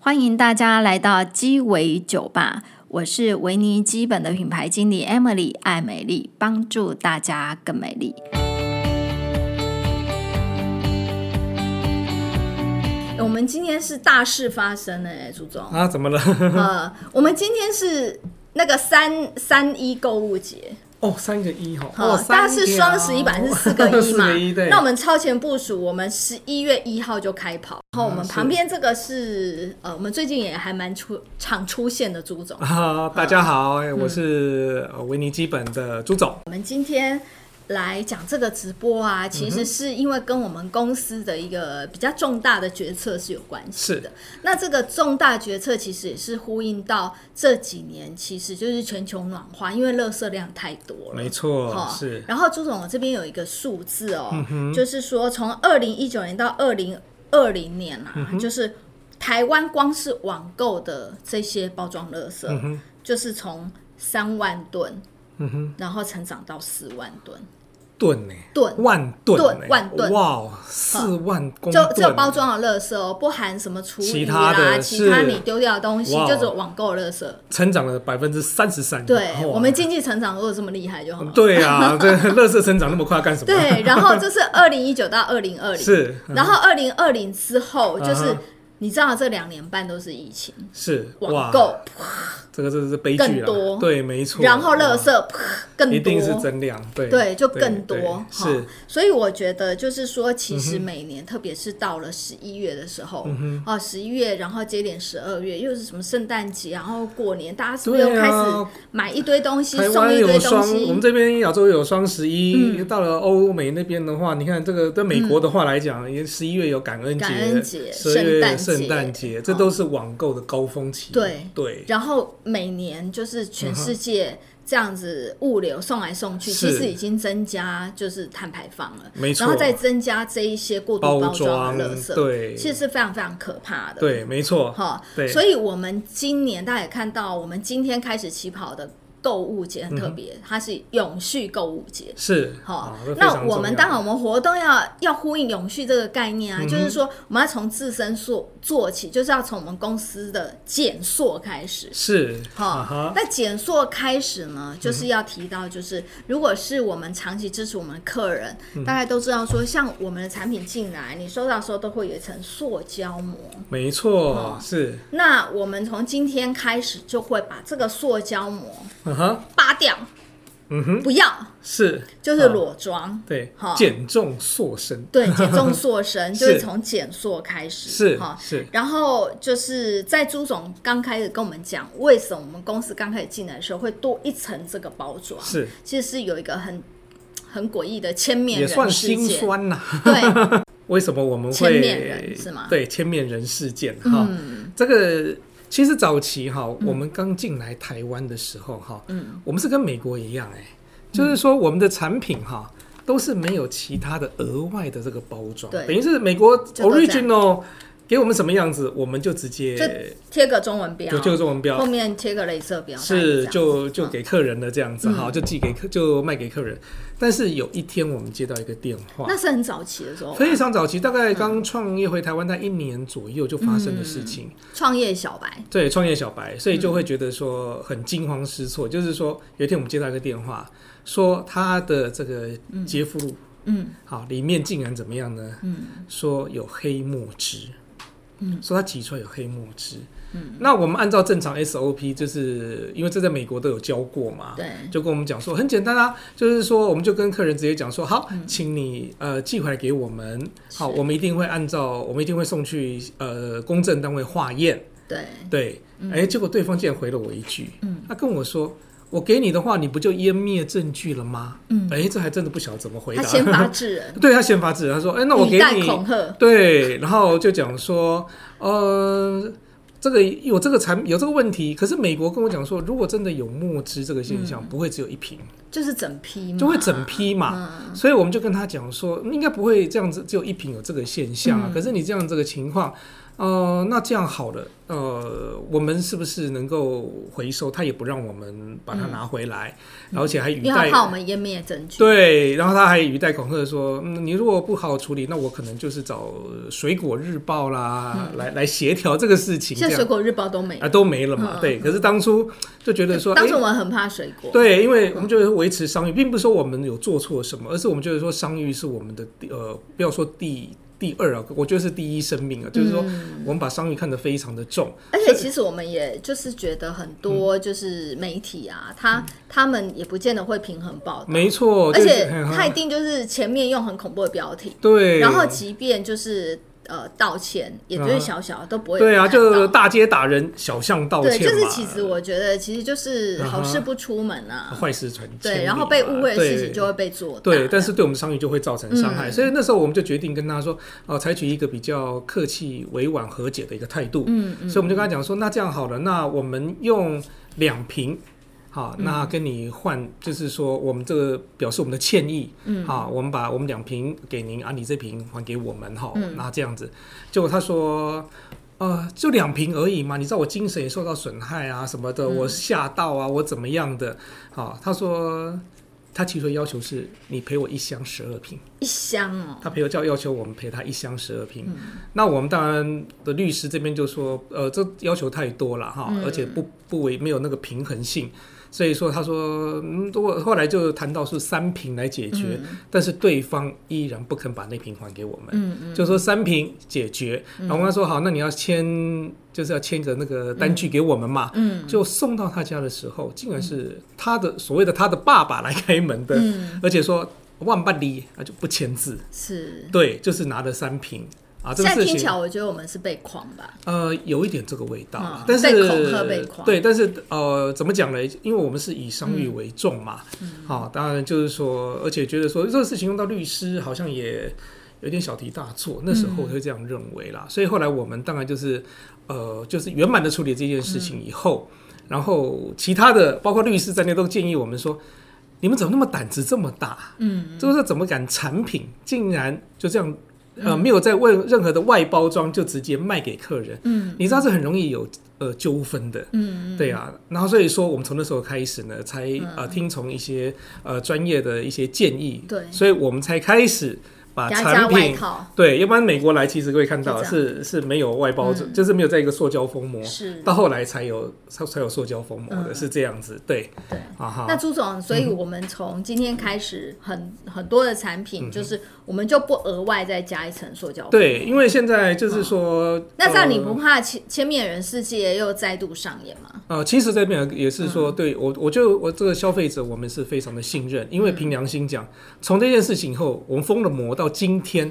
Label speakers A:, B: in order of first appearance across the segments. A: 欢迎大家来到鸡尾酒吧，我是维尼基本的品牌经理 Emily 艾美丽，帮助大家更美丽。我们今天是大事发生呢、欸，朱总。
B: 啊，怎么了？
A: 呃，我们今天是那个三三一购物节，
B: 哦，三个一哈，
A: 呃
B: 哦，
A: 大家是双十一版是四个一嘛
B: 四个一对。
A: 那我们超前部署，我们十一月一号就开跑。然后我们旁边这个是呃，我们最近也还蛮出常出现的朱总。
B: 啊，大家好，哎我是呃维尼基本的朱总，
A: 我们今天来讲这个直播啊，其实是因为跟我们公司的一个比较重大的决策是有关系的
B: 是。
A: 那这个重大决策其实也是呼应到这几年，其实就是全球暖化，因为垃圾量太多了。
B: 没错，
A: 哦
B: 是
A: 然后朱总，我这边有一个数字哦，
B: 嗯
A: 就是说从二零一九年到二零二零年啊，
B: 嗯
A: 就是台湾光是网购的这些包装垃圾，
B: 嗯
A: 就是从三万吨，然后成长到四万吨，
B: 吨呢，
A: 吨
B: 万吨
A: 吨
B: 呢，
A: 万吨
B: 哇，四万公
A: 就
B: 吨，
A: 只有包装的垃圾哦，不含什么厨余
B: 其
A: 啦
B: 他、的
A: 其他
B: 是
A: 你丢掉的东西，
B: 哇
A: 就只有网购垃圾。
B: 成长了百分之三十三，
A: 对
B: 哇
A: 我们经济成长如果这么厉害就好了。
B: 对啊，这 乐色成长那么快干什么？
A: 对，然后这是二零一九到二零二零，
B: 是嗯
A: 然后二零二零之后，就是、
B: 嗯哼
A: 你知道这两年半都是疫情，
B: 是
A: 网
B: 哇，
A: 购，
B: 这个真的是悲剧
A: 更多
B: 了，对，没错，
A: 然后垃
B: 乐
A: 圾
B: 色
A: 更多，
B: 一定是增量，对
A: 对，就更多
B: 对
A: 哈。
B: 是嗯
A: 所以我觉得就是说，其实每年，特别是到了十一月的时候，哦，十一月，然后接点十二月，又是什么圣诞节，然后过年，大家是不是又
B: 对啊
A: 开始买一堆东西，
B: 台
A: 送
B: 湾
A: 一堆
B: 有
A: 东
B: 双，我们
A: 西？嗯
B: 这边亚洲有双十一，到了欧美那边的话，你看这个在美国的话来讲，也十一月有感恩节
A: 感恩节，
B: 十二月
A: 圣
B: 圣
A: 诞
B: 诞
A: 节哦
B: 节，这都是网购的高峰期。
A: 对
B: 对，
A: 然后每年就是
B: 嗯
A: 全世界这样子物流送来送去，
B: 是
A: 其实已经增加就是碳排放了，
B: 没错
A: 然后再增加这一些过度
B: 包
A: 包装的
B: 装
A: 垃圾，
B: 对
A: 其实是非常非常可怕的。
B: 对，没错，
A: 哈，
B: 对
A: 所以我们今年大家也看到，我们今天开始起跑的购物节很特别，它是永续购物节。
B: 是。嗯
A: 好
B: 啊，这非常
A: 那我
B: 重要
A: 们
B: 嗯
A: 当然，我们活动要要呼应永续这个概念啊，就是说我们要从自身做做起，就是要从我们公司的减塑开始。
B: 是啊
A: 好，
B: 哈，嗯
A: 那减塑开始呢，就是要提到，就是、如果是我们长期支持我们的客人，
B: 嗯
A: 大家都知道说，像我们的产品进来，你收到的时候都会有一层塑胶膜。
B: 没
A: 哦
B: 错，是
A: 那我们从今天开始就会把这个塑胶膜
B: 啊哈，
A: 扒掉，
B: 嗯哼，
A: 不要，
B: 是
A: 就是
B: 啊
A: 裸妆。
B: 对
A: 好，
B: 减重塑身
A: 对，减重塑 身
B: 是
A: 就是从减塑开始，
B: 是
A: 哈。
B: 是
A: 然后就是在朱总刚开始跟我们讲，为什么我们公司刚开始进来的时候会多一层这个包装，
B: 是，
A: 其实是有一个很很诡异的千面
B: 也
A: 人
B: 算
A: 事
B: 心
A: 件，
B: 酸呐。
A: 对，
B: 为什么我们会
A: 千面人是吗嗯
B: 对，千面人事件哈、这个其实早期哈，我们刚进来台湾的时候哈，嗯，我们是跟美国一样哎、就是说我们的产品哈。都是没有其他的额外的这个包装，
A: 对
B: 等于是美国
A: 都这样
B: original 给我们什么样子，我们就直接
A: 就贴个中文标，
B: 就就这种标
A: 后，面贴个镭射标，
B: 是
A: 大概这样
B: 就
A: 子嗯
B: 就给客人的这样子哈，就寄给客就卖给客人。但是有一天我们接到一个电话，
A: 那是很早期的时候，
B: 非常早期，大概刚创业回台湾，在一年左右就发生的事情。
A: 创业小白，
B: 对，创业小白，所以就会觉得说很惊慌失措。就是说，有一天我们接到一个电话，说他的这个接付录，
A: 嗯，
B: 好，里面竟然怎么样呢？嗯，说有黑墨汁，嗯，说他挤出来有黑墨汁。嗯，那我们按照正常 SOP，就是因为这在美国都有教过嘛，
A: 对，
B: 就跟我们讲说很简单啊，就是说我们就跟客人直接讲说，好，请你呃寄回来给我们，好，
A: 嗯是
B: 我们一定会按照我们一定会送去呃公证单位化验，
A: 对，
B: 对，
A: 嗯
B: 哎、结果对方竟然回了我一句，嗯，他跟我说。我给你的话，你不就湮灭证据了吗？嗯，哎、这还真的不晓得怎么回答。
A: 他先发制人，
B: 对他先发制人，他说：“哎、那我
A: 语
B: 给
A: 带
B: 你。
A: 恐”吓，
B: 对，然后就讲说，呃，这个有这个产有这个问题，可是美国跟我讲说，如果真的有墨汁这个现
A: 嗯
B: 象，不会只有一瓶，
A: 就是整批嘛，
B: 就会整批嘛。嗯所以
A: 嗯
B: 我们就跟他讲说，嗯应该不会这样子，只有一瓶有这个现象啊。可是你这样这个情况，呃，那这样好了，呃，我们是不是能够回收？他也不让我们把它拿回来，而且还语
A: 嗯因为他
B: 带
A: 怕我们湮灭证据。
B: 对，然后他还语带恐吓地说：“嗯，你如果不好好处理，那我可能就是找《水果日报啦》来 来协调这个事情，这
A: 现在嗯水
B: 样
A: 果日报都没
B: 啊，都没了嘛。
A: 嗯
B: 对，可是当初就觉得说，
A: 当
B: 哎
A: 时我们很怕水果，
B: 对，因为我们就是维持商誉，并不是说我们有做错什么，而是我们就是说商誉是我们的第呃，不要说第第二啊，我觉得是第一生
A: 嗯
B: 命啊，就是说我们把商誉看得非常的重。
A: 而且其实我们也就是觉得很
B: 嗯
A: 多就是媒体啊，他他们也不见得会平衡报道，
B: 没错，
A: 而且
B: 就是嗯
A: 他一定就是前面用很恐怖的标题，
B: 对，嗯
A: 然后即便就是呃道歉，也就是小小的都不会
B: 对啊，
A: 看到
B: 就大街打人，小巷道
A: 对，
B: 歉
A: 就是
B: 嘛嗯
A: 其实我觉得其实就是好事不出门啊，
B: 坏事传千
A: 对，
B: 里
A: 然后被
B: 嘛
A: 误会的
B: 对
A: 事情就会被做大，
B: 对，但是对我们的商嗯誉就会造成伤害，所以那时候我们就决定跟他说，呃，采取一个比较客气、委婉、和解的一个态度。嗯嗯。所以我们就跟他讲说，那这样好了，那我们用两瓶。好，那跟你换，就是说我们这个表示我们的歉意，嗯，啊，我们把我们两瓶给您，啊，你这瓶还给我们，哈，那这样子，结果他说，呃，就两瓶而已嘛，你知道我精神也受到损害啊什么的，我吓到啊，我怎么样的，好，他说他提出的要求是你赔我一箱十二瓶，
A: 一箱哦，
B: 他赔我叫要求我们赔他一箱十二瓶。那我们当然的律师这边就说，呃，这要求太多了哈，而且不不为没有那个平衡性。所以说，他说，嗯，如果后来就谈到是三瓶来解决，但是对方依然不肯把那瓶还给我们，嗯嗯，就说三瓶解决，然后我跟他说好，那你要签，就是要签个那个单据给我们嘛，嗯，就送到他家的时候，竟然是他的所谓的他的爸爸来开门的，而且说万不离啊就不签字，
A: 是。
B: 对，就是拿了三瓶啊，这
A: 现
B: 个
A: 在
B: 事
A: 听起
B: 情
A: 来，我觉得我们是被框吧，
B: 呃有一点这个味道啦
A: 嗯，
B: 但是
A: 被恐吓被狂
B: 对，但是呃怎么讲呢？因为我们是以商誉为重嘛，
A: 嗯
B: 好、当然就是说，而且觉得说这个事情用到律师好像也有点小题大做，那时候会这样认为
A: 嗯
B: 啦，所以后来我们当然就是呃就是圆满的处理这件事情以后，
A: 嗯
B: 然后其他的包括律师在内都建议我们说。你们怎么那么胆子这么大？嗯，就是怎么敢产品竟然就这样，呃，没有再问任何的外包装就直接卖给客人。嗯，你知道这很容易有呃纠纷的。嗯，对啊。然后所以说，我们从那时候开始呢，才
A: 嗯
B: 呃听从一些呃专业的一些建议。
A: 对
B: 所以我们才开始把
A: 给他加
B: 啊产
A: 外
B: 品。哦
A: 套，
B: 对，要不然美国来其实会看到
A: 就这嗯
B: 是是没有外包装，就是没有在一个塑胶封膜，
A: 是
B: 到后来才有才才有塑胶封膜的，
A: 嗯
B: 是这样子，对，
A: 对。
B: 啊哈。
A: 那朱总，所以我们从今天开始很，很多的产品，就是我们就不额外再加一层塑胶。，
B: 嗯对，因为现在就是说，
A: 嗯那这样你
B: 呃
A: 不怕千千面人世界又再度上演吗？
B: 呃，其实这边也是说，
A: 嗯
B: 对我，我就我这个消费者，我们是非常的信任，因为
A: 嗯
B: 凭良心讲，从这件事情以后，我们封了魔到今天，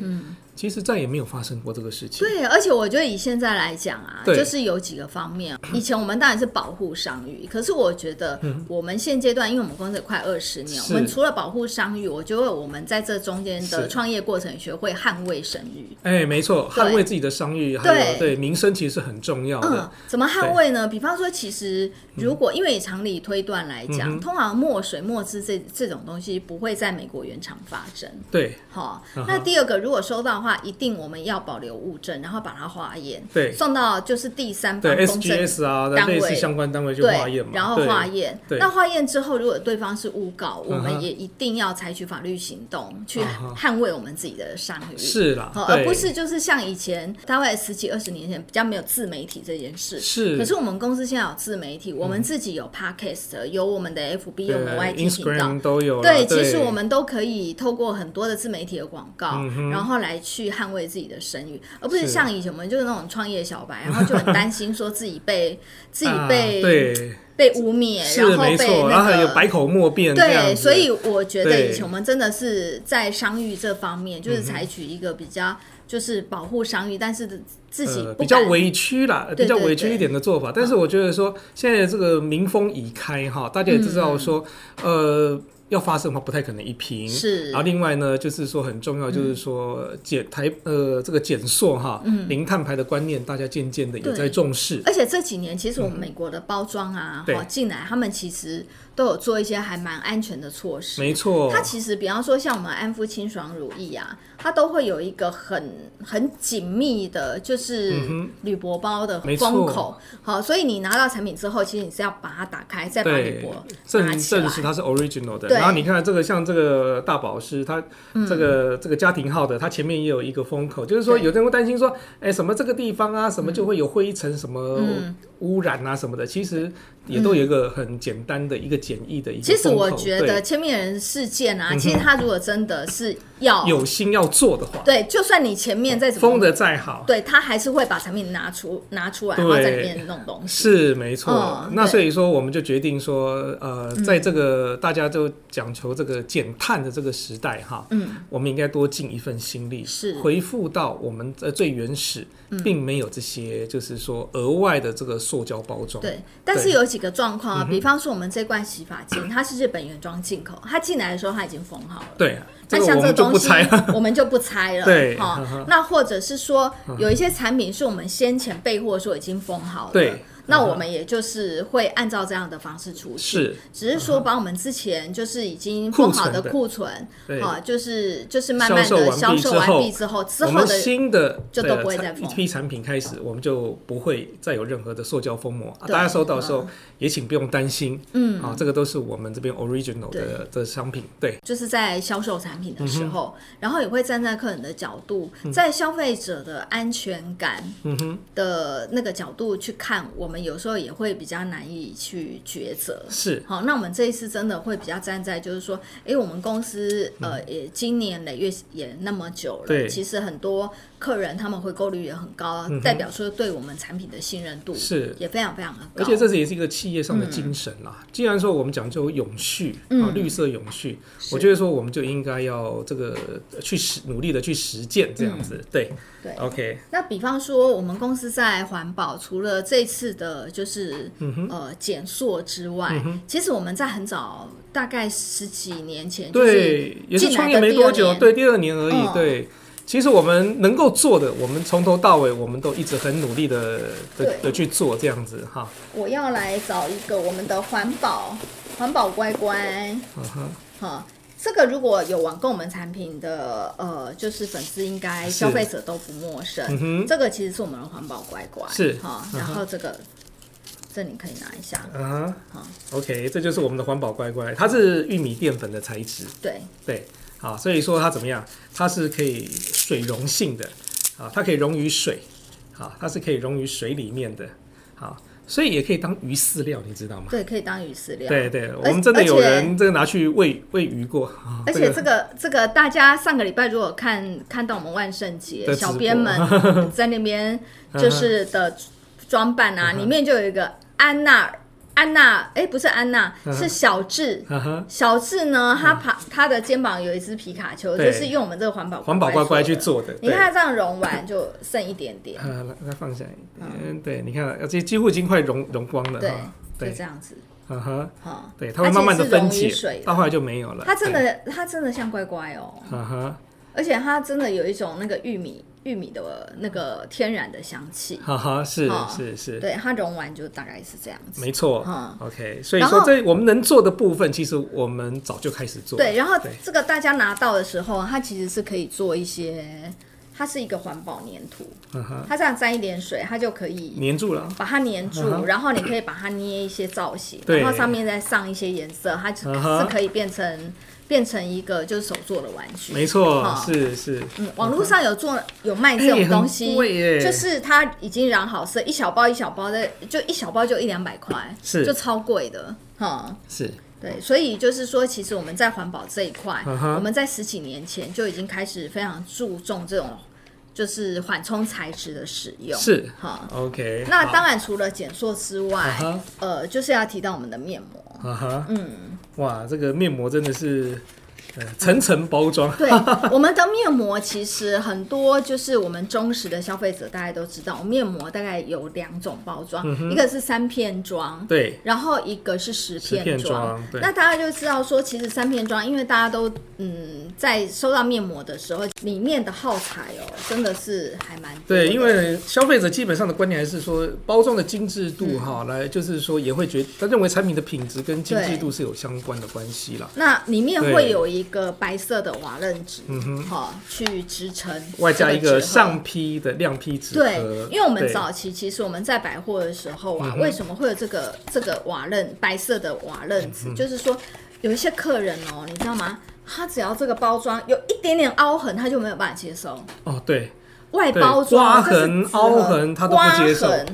B: 其实再也没有发生过这个事情。
A: 嗯对，而且我觉得以现在来讲啊，
B: 对
A: 就是有几个方面，以前我们当然是保护商誉，可是我觉得我们现阶段，因为我们公司也快二十年，
B: 是
A: 我们除了保护商誉，我觉得我们在这中间的
B: 是
A: 创业过程也学会捍卫声誉。
B: 哎，没错，
A: 对
B: 捍卫自己的商誉，还有
A: 对
B: 对民生，其实是很重要
A: 嗯
B: 的。，
A: 怎么捍卫呢？比方说，其实如果因为以常理推断来讲，通常墨水、墨汁这这种东西不会在美国原厂发生。
B: 对
A: 好、
B: 嗯哼
A: 那第二个，如果收到的话，一定我们要保留物证，然后把它化验，
B: 对
A: 送到就是第三方
B: 对
A: 公证
B: ，SGS 啊，
A: 单
B: 类
A: 位
B: 似相关单位去化验
A: 对
B: 嘛，，
A: 然后
B: 对
A: 化验。
B: 对
A: 那化验之后，如果对方是诬告，我
B: 嗯
A: 们
B: 哼
A: 也一定要采取法律行动去
B: 啊哈
A: 捍卫我们自己的商誉。
B: 是啦
A: 好，，
B: 对
A: 而不是就是像以前大概十几二十年前比较没有自媒体这件事。
B: 是嗯
A: 可是我们公司现在有自媒体，我们自己有 podcast，有我们的 FB，有我们的
B: 对
A: YT 频道
B: ，Instagram。都有啦。
A: 对，其实我们都可以透过很多的自媒体的广告，
B: 嗯哼
A: 然后来去捍卫自己的声誉，而不是
B: 是
A: 像以前我们就是那种创业小白，然后就很担心说自己 被自己
B: 啊
A: 被、
B: 对
A: 被污蔑，
B: 是
A: 然后
B: 没
A: 被
B: 错，然
A: 那
B: 后
A: 个
B: 还有百口莫辩这样
A: 对，
B: 子
A: 所以我觉得
B: 对嗯
A: 以前我们真的是在商誉这方面，就是采取一个比较就是保护商誉，但是自己
B: 呃、
A: 不
B: 比较
A: 敢。
B: 委屈啦，
A: 对
B: 比较
A: 对嗯
B: 委屈一点的做法。
A: 嗯
B: 但是我觉得说，现在这个民风已开哈，大家也知道说，呃。要发生的话，不太可能一瓶。
A: 是嗯
B: 然后另外呢，就是说很重要，就是说减台呃这个减塑哈，零碳排的观念，大家渐渐的也在
A: 对
B: 重视。
A: 而且这几年，其实我们美国的包装啊，
B: 嗯对
A: 哦进来，他们其实都有做一些还蛮安全的措施。
B: 没错，
A: 它其实，比方说像我们安肤清爽乳液啊，它都会有一个很很紧密的，就是铝箔包的
B: 嗯没错
A: 封口。好，所以你拿到产品之后，其实你是要把它打开，再把铝
B: 对
A: 箔，
B: 证
A: 拿起来
B: 证。实它是 original 的。
A: 对嗯
B: 然后你看这个像这个大宝石，它这个、这个家庭号的，它前面也有一个封口，就是说
A: 对嗯
B: 有的人会担心说，哎、什么这个地方啊，什么就会有灰尘、什么污染啊什么的，其实也都有一个很简单的一个简易的一个
A: 嗯其实
B: 封口
A: 我觉
B: 对嗯
A: 得千面人事件啊，其实它如果真的是要
B: 有心要做的话，
A: 对，就算你前面再怎么
B: 封的再好。
A: 对他还是会把产品拿出拿出来，然后
B: 对
A: 在里面弄东西。
B: 是没错，
A: 嗯
B: 那
A: 对嗯
B: 所以说我们就决定说，呃，在这个大家都讲求这个减碳的这个时代哈，
A: 嗯，
B: 我们应该多尽一份心力，
A: 是嗯
B: 回复到我们呃最原始，并没有这些就是说额外的这个塑胶包装。
A: 对。但是有几个状况
B: 嗯
A: 啊，比方说我们这罐洗发精，它是日本原装进口，它进来的时候它已经封好了。
B: 对，这
A: 那
B: 个
A: 像
B: 我
A: 这
B: 们就
A: 东
B: 不
A: 西
B: 猜了。，
A: 我们就不猜了。
B: 对
A: 哈
B: 呵呵
A: 那或者是说，有一些产品是我们先前备货的时候已经封好了，
B: 对
A: 那
B: 呵呵
A: 我们也就是会按照这样的方式出去。
B: 是
A: 只是说把我们之前就是已经封好的
B: 库
A: 库存，
B: 对
A: 好、就是就是慢慢
B: 销售
A: 的
B: 完毕
A: 销售
B: 之后
A: 完毕之后，之
B: 我
A: 后
B: 们
A: 的
B: 新的
A: 就
B: 对
A: 都不会再
B: 一
A: 封
B: 批产品开始，我们就不会再有任何的塑胶封膜。啊
A: 对嗯
B: 大家收到的时候也请不用担心，嗯，啊，这个都是我们这边 original
A: 对
B: 的的商品，对，
A: 就是在销售产品
B: 嗯
A: 的时候，然后也会站在客人的角度，在消费者的安全感
B: 嗯
A: 的那个角度去看，我们有时候也会比较难以去抉择。
B: 是
A: 好，那我们这一次真的会比较站在，就是说，哎、我们公司呃也今年累月也那么久了，
B: 嗯对嗯
A: 其实很多客人他们回购率也很高，啊代表说对我们产品的信任度
B: 是
A: 也非常非常的高。
B: 而且这是也是一个企业上的精神啦。
A: 嗯
B: 既然说我们讲究永续啊，绿色永续，我觉得说我们就应该要这个去实努力的去实践这样子。对
A: 嗯对
B: ，OK，
A: 那比方说，我们公司在环保，除了这次的就是、
B: 嗯
A: 呃减塑之外、其实我们在很早，大概十几年前，就是
B: 对，也是
A: 进来
B: 创业
A: 的
B: 没
A: 第
B: 多
A: 二
B: 久，
A: 年
B: 对，第二年而已。
A: 嗯
B: 对，其实我们能够做的，我们从头到尾我们都一直很努力的的
A: 对
B: 的去做这样子哈。
A: 我要来找一个我们的环保环保乖乖
B: 嗯哼，
A: 哈。这个如果有网购我们产品的呃，就是粉丝应该
B: 是嗯
A: 消费者都不陌生。
B: 哼
A: 这个其实是我们的环保乖乖，
B: 是
A: 哈
B: 嗯。哼
A: 然后这个、这你可以拿一下，
B: 啊
A: 好
B: ，OK，这就是我们的环保乖乖，它是玉米淀粉的材质。
A: 对，
B: 对，啊，所以说它怎么样？它是可以水溶性的，啊，它可以溶于水，啊，它是可以溶于水里面的，啊，所以也可以当鱼饲料，你知道吗？
A: 对，可以当鱼饲料。
B: 对对，我
A: 而
B: 们真的有
A: 而且
B: 人这个拿去喂喂鱼过，啊、
A: 而且
B: 这个
A: 这个这个，大家上个礼拜如果看看到我们万圣节
B: 的
A: 小
B: 直
A: 编
B: 播嗯
A: 们 在那边就是的装扮啊，里面就有一个安娜，安娜，哎，不是安娜，
B: 嗯
A: 是小智。
B: 啊哈，
A: 小智呢，他爬他的肩膀有一只皮卡
B: 嗯
A: 丘，
B: 对
A: 就是用我们这个环保
B: 环保乖乖去
A: 做
B: 做
A: 的。
B: 的，
A: 你
B: 对。
A: 看它这样融完就剩一点点，
B: 呃，来来放下一点，对，你看，呃这几乎已经快融融光了，
A: 嗯对
B: 哈，
A: 就
B: 对
A: 这，样子
B: 嗯哼，
A: 哈。
B: 对，它会慢慢的
A: 而且是
B: 分
A: 溶于
B: 解啊
A: 水，的
B: 到后来就没有了。
A: 它真
B: 对，
A: 的它真的像乖乖哦，
B: 嗯哼，
A: 而且它真的有一种那个玉米玉米的那个天然的香气。
B: 哈哈，是
A: 哦
B: 是是，
A: 对，它融完就大概是这样子。
B: 没错、
A: 嗯
B: o k 所以
A: 然
B: 说
A: 后
B: 这我们能做的部分，其实我们早就开始做了。
A: 对，然后
B: 嗯对
A: 这个大家拿到的时候，它其实是可以做一些，它是一个环保粘土，
B: 嗯哼，
A: 它这样沾一点水，它就可以
B: 粘住了，
A: 把它粘
B: 嗯
A: 住，然后你可以把它捏一些造型，
B: 对
A: 然后上面再上一些颜色，它就
B: 嗯
A: 是
B: 哼
A: 可以变成变成一个就是手做的玩具。
B: 没错，
A: 哈
B: 是是，
A: 嗯，网络上有做有卖这种东
B: 哎很
A: 西，
B: 贵耶
A: 就是它已经染好色，一小包一小包的，就一小包就一两百块，
B: 是
A: 就超贵的，哈、
B: 是，
A: 对，所以就是说，其实我们在环保这一块
B: 嗯哼
A: 我们在十几年前就已经开始非常注重这种就是缓冲材质的使用。
B: 是
A: 哈。
B: OK 好。
A: 那当然，除了减塑之外
B: 嗯哼
A: 呃，就是要提到我们的面膜。
B: 啊哈，嗯，哇，这个面膜真的是呃层层包装，
A: 对，我们的面膜其实很多，就是我们忠实的消费者大家都知道，面膜大概有两种包装，
B: 嗯
A: 一个是三片装，
B: 对，
A: 然后一个是十
B: 十片
A: 装
B: 装对。
A: 那大家就知道说，其实三片装，因为大家都嗯，在收到面膜的时候，里面的耗材哦，真的是还蛮多的
B: 对，因为消费者基本上的观点还是说，包装的精致
A: 嗯
B: 度哈，来就是说也会觉他认为产品的品质跟精致度是有相关的关系啦。
A: 那里面
B: 对嗯
A: 会有一个白色的瓦楞纸，好、去支撑这纸盒，
B: 外加一个上批的量批纸
A: 对
B: 盒，，
A: 因为我们
B: 对嗯
A: 早期其实我们在百货的时候啊，为什么会有这个这个瓦楞白色的瓦楞
B: 嗯
A: 纸？就是说有一些客人哦，你知道吗？他只要这个包装有一点点凹痕，他就没有办法接受
B: 哦对，
A: 外
B: 对
A: 包装
B: 刮
A: 这是
B: 痕
A: 纸
B: 凹痕他都不
A: 刮
B: 接受
A: 痕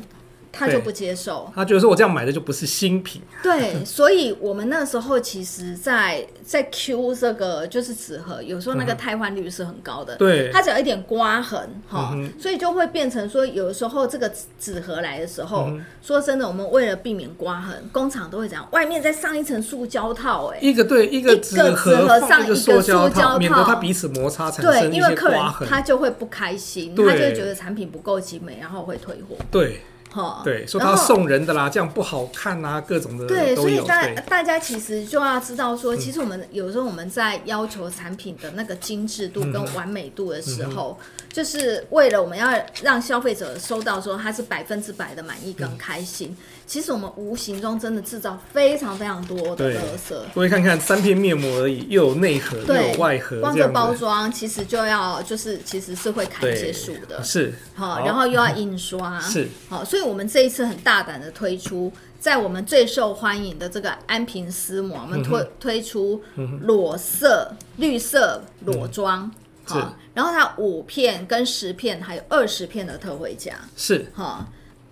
A: 他就
B: 对
A: 不接受。
B: 他觉得说我这样买的就不是新品，
A: 对，所以我们那时候其实在，在 Q 这个就是纸盒，有时候那个汰换率是很高的。
B: 嗯对嗯
A: 它只要一点刮痕哈，所以就会变成说，有时候这个纸盒来的时候，
B: 嗯
A: 说真的，我们为了避免刮痕，工厂都会讲外面再上一层塑胶套、哎。
B: 一个对一
A: 一
B: 个
A: 个
B: 纸
A: 纸
B: 盒
A: 盒
B: 放
A: 上
B: 一个
A: 一个
B: 塑
A: 塑胶
B: 套，免得
A: 套
B: 它彼此摩擦产
A: 对，
B: 生一
A: 因为
B: 些
A: 客人
B: 刮痕。
A: 他就会不开心，他
B: 对
A: 就会觉得产品不够精美，然后会退货，
B: 对
A: 哈。
B: 对，说
A: 哦然
B: 他
A: 后
B: 送人的啦，这样不好看啊，各种的
A: 对，
B: 都
A: 所以
B: 有。
A: 大
B: 对嗯
A: 大家其实就要知道说，其实我们有时候我们在要求产品的那个精致度跟
B: 嗯
A: 完美度的时候，就是为了我们要让消费者收到说他是百分之百的满意跟开
B: 嗯
A: 心。其实我们无形中真的制造非常非常多的
B: 对
A: 垃圾。
B: 各位看看，三片面膜而已，又有内核，又
A: 对
B: 有外核，
A: 光
B: 这
A: 这
B: 样
A: 包
B: 子。
A: 装其实就要就是其实是会砍
B: 对，
A: 一些树的，
B: 是
A: 好，然后又要印 刷，
B: 是
A: 好，所以我们这一次很大胆的推出，在我们最受欢迎的这个安瓶丝膜，我们
B: 嗯
A: 推、推出裸色、绿色裸装，
B: 嗯是
A: 好，然后它五片跟十片还有二十片的特惠价，
B: 是
A: 哈。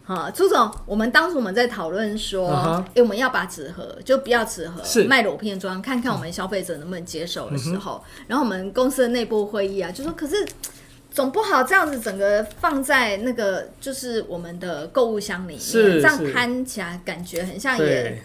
A: 好，朱总，我们当时我们在讨论说，
B: 嗯哼
A: 哎、我们要把纸盒就不要纸盒
B: 是嗯
A: 卖裸片装，看看我们消费者能不能接受的时候，然后我们公司的内部会议啊，就说可是总不好这样子整个放在那个就是我们的购物箱里面，
B: 是
A: 这样
B: 是
A: 摊起来感觉很像也
B: 对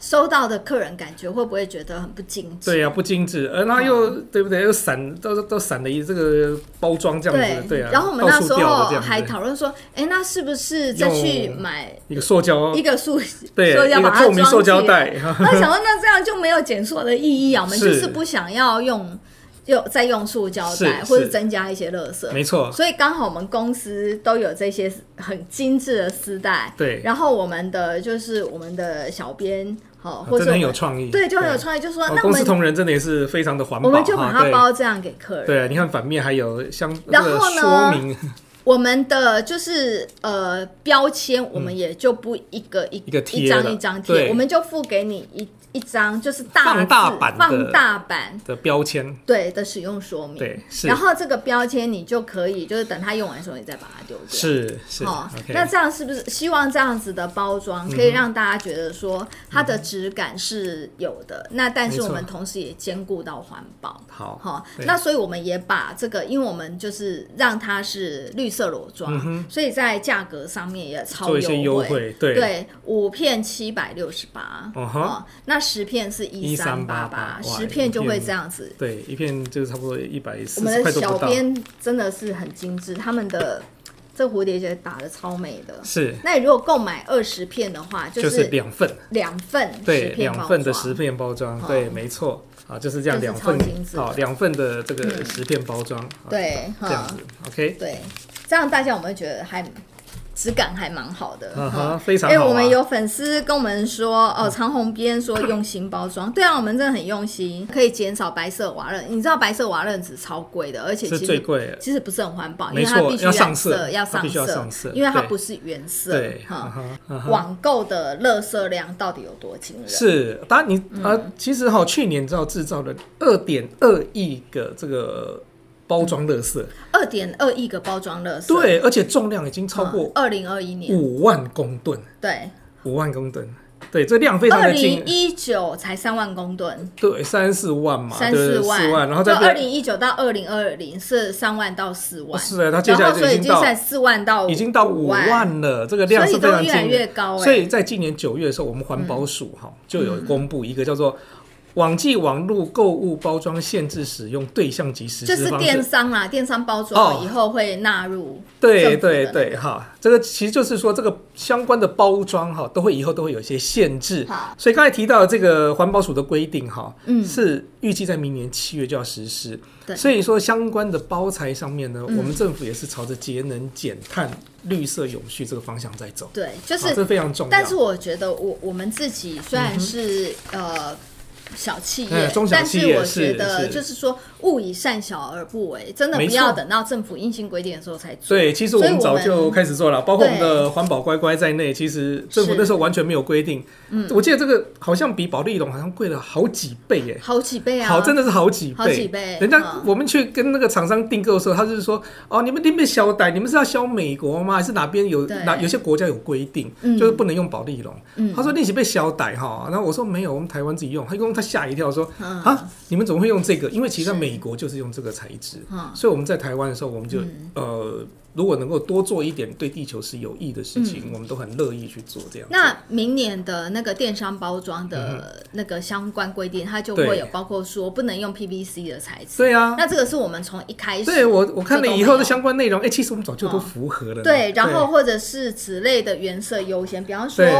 A: 收到的客人感觉会不会觉得很不精致？
B: 对呀、不精致，而那又对不对？又散，都都散了一这个包装这样子，对啊。
A: 然后我们
B: 到
A: 那
B: 处
A: 时
B: 掉了
A: 候
B: 这样子
A: 还讨论说，哎，那是不是再去
B: 用哦
A: 买
B: 一个塑胶，
A: 一个塑
B: 对
A: 塑胶
B: 一个
A: 把它
B: 透明
A: 装
B: 塑胶
A: 起来
B: 袋，
A: 那想说，那这样就没有减塑的意义啊，我们就是是不想要用用再用塑胶
B: 是
A: 袋，
B: 是
A: 或者增加一些垃 圾。
B: 没错，
A: 所以刚好我们公司都有这些很精致的丝带，
B: 对
A: 然后我们的就是我们的小编，好、
B: 啊
A: 或
B: 真
A: 者
B: 的很有创意。
A: 对，就很有创意，就说
B: 哦
A: 那我
B: 公司
A: 们
B: 同仁真的也是非常的环保
A: 我
B: 哈，
A: 们就把它
B: 对
A: 包这样给客人。
B: 对，你看反面还有相
A: 然
B: 这个
A: 后呢
B: 说明
A: 我们的就是呃标签，我们也就不一个一
B: 嗯一个贴
A: 一张
B: 了
A: 一张
B: 对
A: 贴，我们就付给你一一张就是大
B: 放
A: 字
B: 大版的
A: 放大版
B: 的标签，
A: 对的使用说明。
B: 对，是
A: 然后这个标签你就可以就是等它用完的时候你再把它丢掉。
B: 是是
A: 哦，
B: ，OK，
A: 那这样是不是希望这样子的包装可以让大家觉得说它的质感是有
B: 嗯
A: 的？那但是
B: 没错
A: 我们同时也兼顾到环保。
B: 好
A: 好、
B: 对
A: 那所以我们也把这个，因为我们就是让它是绿色裸妆，所以在价格上面也
B: 嗯
A: 超
B: 做一些优
A: 惠。
B: 惠，对
A: 对，五片七百六十八，
B: 嗯哼
A: 哦，那十片是一三八八，
B: 1388哇
A: 十片就会这样子。
B: 对，一片就是差不多一百
A: 我
B: 四十
A: 们
B: 块都
A: 的小
B: 不到，
A: 编真的是很精致，他们的这蝴蝶结打的超美的。
B: 是
A: 那你如果购买二十片的话，就
B: 就是
A: 是
B: 两份，
A: 两份10
B: 对，
A: 片
B: 两
A: 包
B: 份的
A: 装
B: 十片包装，
A: 哦
B: 对，没错，啊，就是这样
A: 就是
B: 两份
A: 超精，致的嗯
B: 好，两份的这个十片包装，啊
A: 对
B: 这样子，OK，
A: 对，这样大家我们会觉得还质感还蛮好的。
B: 嗯
A: 哈
B: 哼，非常
A: 哎、
B: 好啊嗯
A: 我们有粉丝跟我们说，哦，长虹边说用心包装，对啊，我们真的很用心，可以减少白色瓦楞。你知道白色瓦楞纸超贵的，而且
B: 是
A: 其
B: 最
A: 实
B: 贵的
A: 其实不是很环保，因
B: 没
A: 为它
B: 错
A: 必须
B: 要上色
A: 色，要
B: 它必须要上色
A: 因为它
B: 对
A: 不是原色
B: 对，。嗯
A: 哈，
B: 哼嗯哼
A: 网购的垃圾量到底有多惊人？
B: 是，当然你
A: 嗯
B: 啊、其实哈，去年知道制造了二点二亿个这个包装垃圾，
A: 二点二亿个包装垃圾，
B: 对，而且重量已经超过
A: 二零二一年，
B: 五万公吨，
A: 对，
B: 五万公吨，对，这量非常
A: 二
B: 的惊
A: 零，一九才三万公吨，
B: 对，三四万嘛，
A: 三
B: 对
A: 四
B: 四
A: 万，
B: 万，然后
A: 就
B: 再
A: 二
B: 变
A: 零一九到二零二零是三万到四万，
B: 是啊的，它接
A: 然
B: 下
A: 后
B: 来
A: 所
B: 就
A: 以
B: 已经
A: 已经
B: 到
A: 算四万到
B: 已经到五
A: 五，
B: 万了，这个量是
A: 所以
B: 非
A: 都
B: 常
A: 越
B: 惊
A: 来
B: 人。
A: 越高哎、嗯
B: 所以在今年九月的时候，我们环保署哈、就有公布一个叫做网际网络购物包装限制使用对象及实
A: 就
B: 施
A: 是
B: 方式。
A: 电商啦，电商包
B: 哦
A: 装以后会纳入政
B: 对
A: 府的
B: 对对，哈，这个其实就是说，这个相关的包装哈，都会以后都会有一些限制。
A: 好，
B: 所以刚才提到这个环保署的规定哈，
A: 嗯
B: 是预计在明年七月就要实施。
A: 对
B: 所以说相关的包材上面呢，
A: 嗯
B: 我们政府也是朝着节能减碳、绿色永续这个方向在走，
A: 对，就
B: 好
A: 是
B: 这非常重要。
A: 但是我觉得我我们自己虽然是、呃小企业，
B: 嗯中小
A: 但
B: 企
A: 是
B: 业
A: 我觉
B: 是
A: 得
B: 是
A: 就是说勿以善小而不为，真的
B: 没
A: 不
B: 错
A: 要等到政府硬性规定的时候才做。
B: 对，其实我
A: 所以
B: 们
A: 我
B: 早
A: 们
B: 就开始做了，包括我们
A: 对
B: 的环保乖乖在内。其实政府
A: 是
B: 那时候完全没有规定，嗯，我记得这个好像比保利龙好像贵了好几倍耶，
A: 好几倍啊！
B: 好，真的是好几倍，
A: 好几倍
B: 人家、
A: 嗯
B: 我们去跟那个厂商订购的时候，他就是说，哦，你们那边销歹，你们是要销美国吗？还是哪边有
A: 对
B: 哪有些国家有规定，
A: 嗯
B: 就是不能用保利龙？
A: 嗯
B: 他说那些被销歹哈，然后我说没有，我们台湾自己用。他一共他吓一跳说，
A: 嗯
B: 啊，你们怎么会用这个？因为其实在
A: 是
B: 美国就是用这个材质，
A: 嗯
B: 所以我们在台湾的时候，我们就、呃。如果能够多做一点对地球是有益的事情，我们都很乐意去做这样。
A: 嗯那明年的那个电商包装的那个相关规定，它就
B: 嗯对
A: 会有包括说不能用 PVC 的材质。
B: 对啊，
A: 那这个是我们从一开始
B: 对我我看了
A: 这都
B: 以后
A: 没有
B: 的相关内容，哎、其实我们早就都
A: 嗯
B: 符合了呢。
A: 对，然后或者是纸类的原色优先，比方说
B: 对，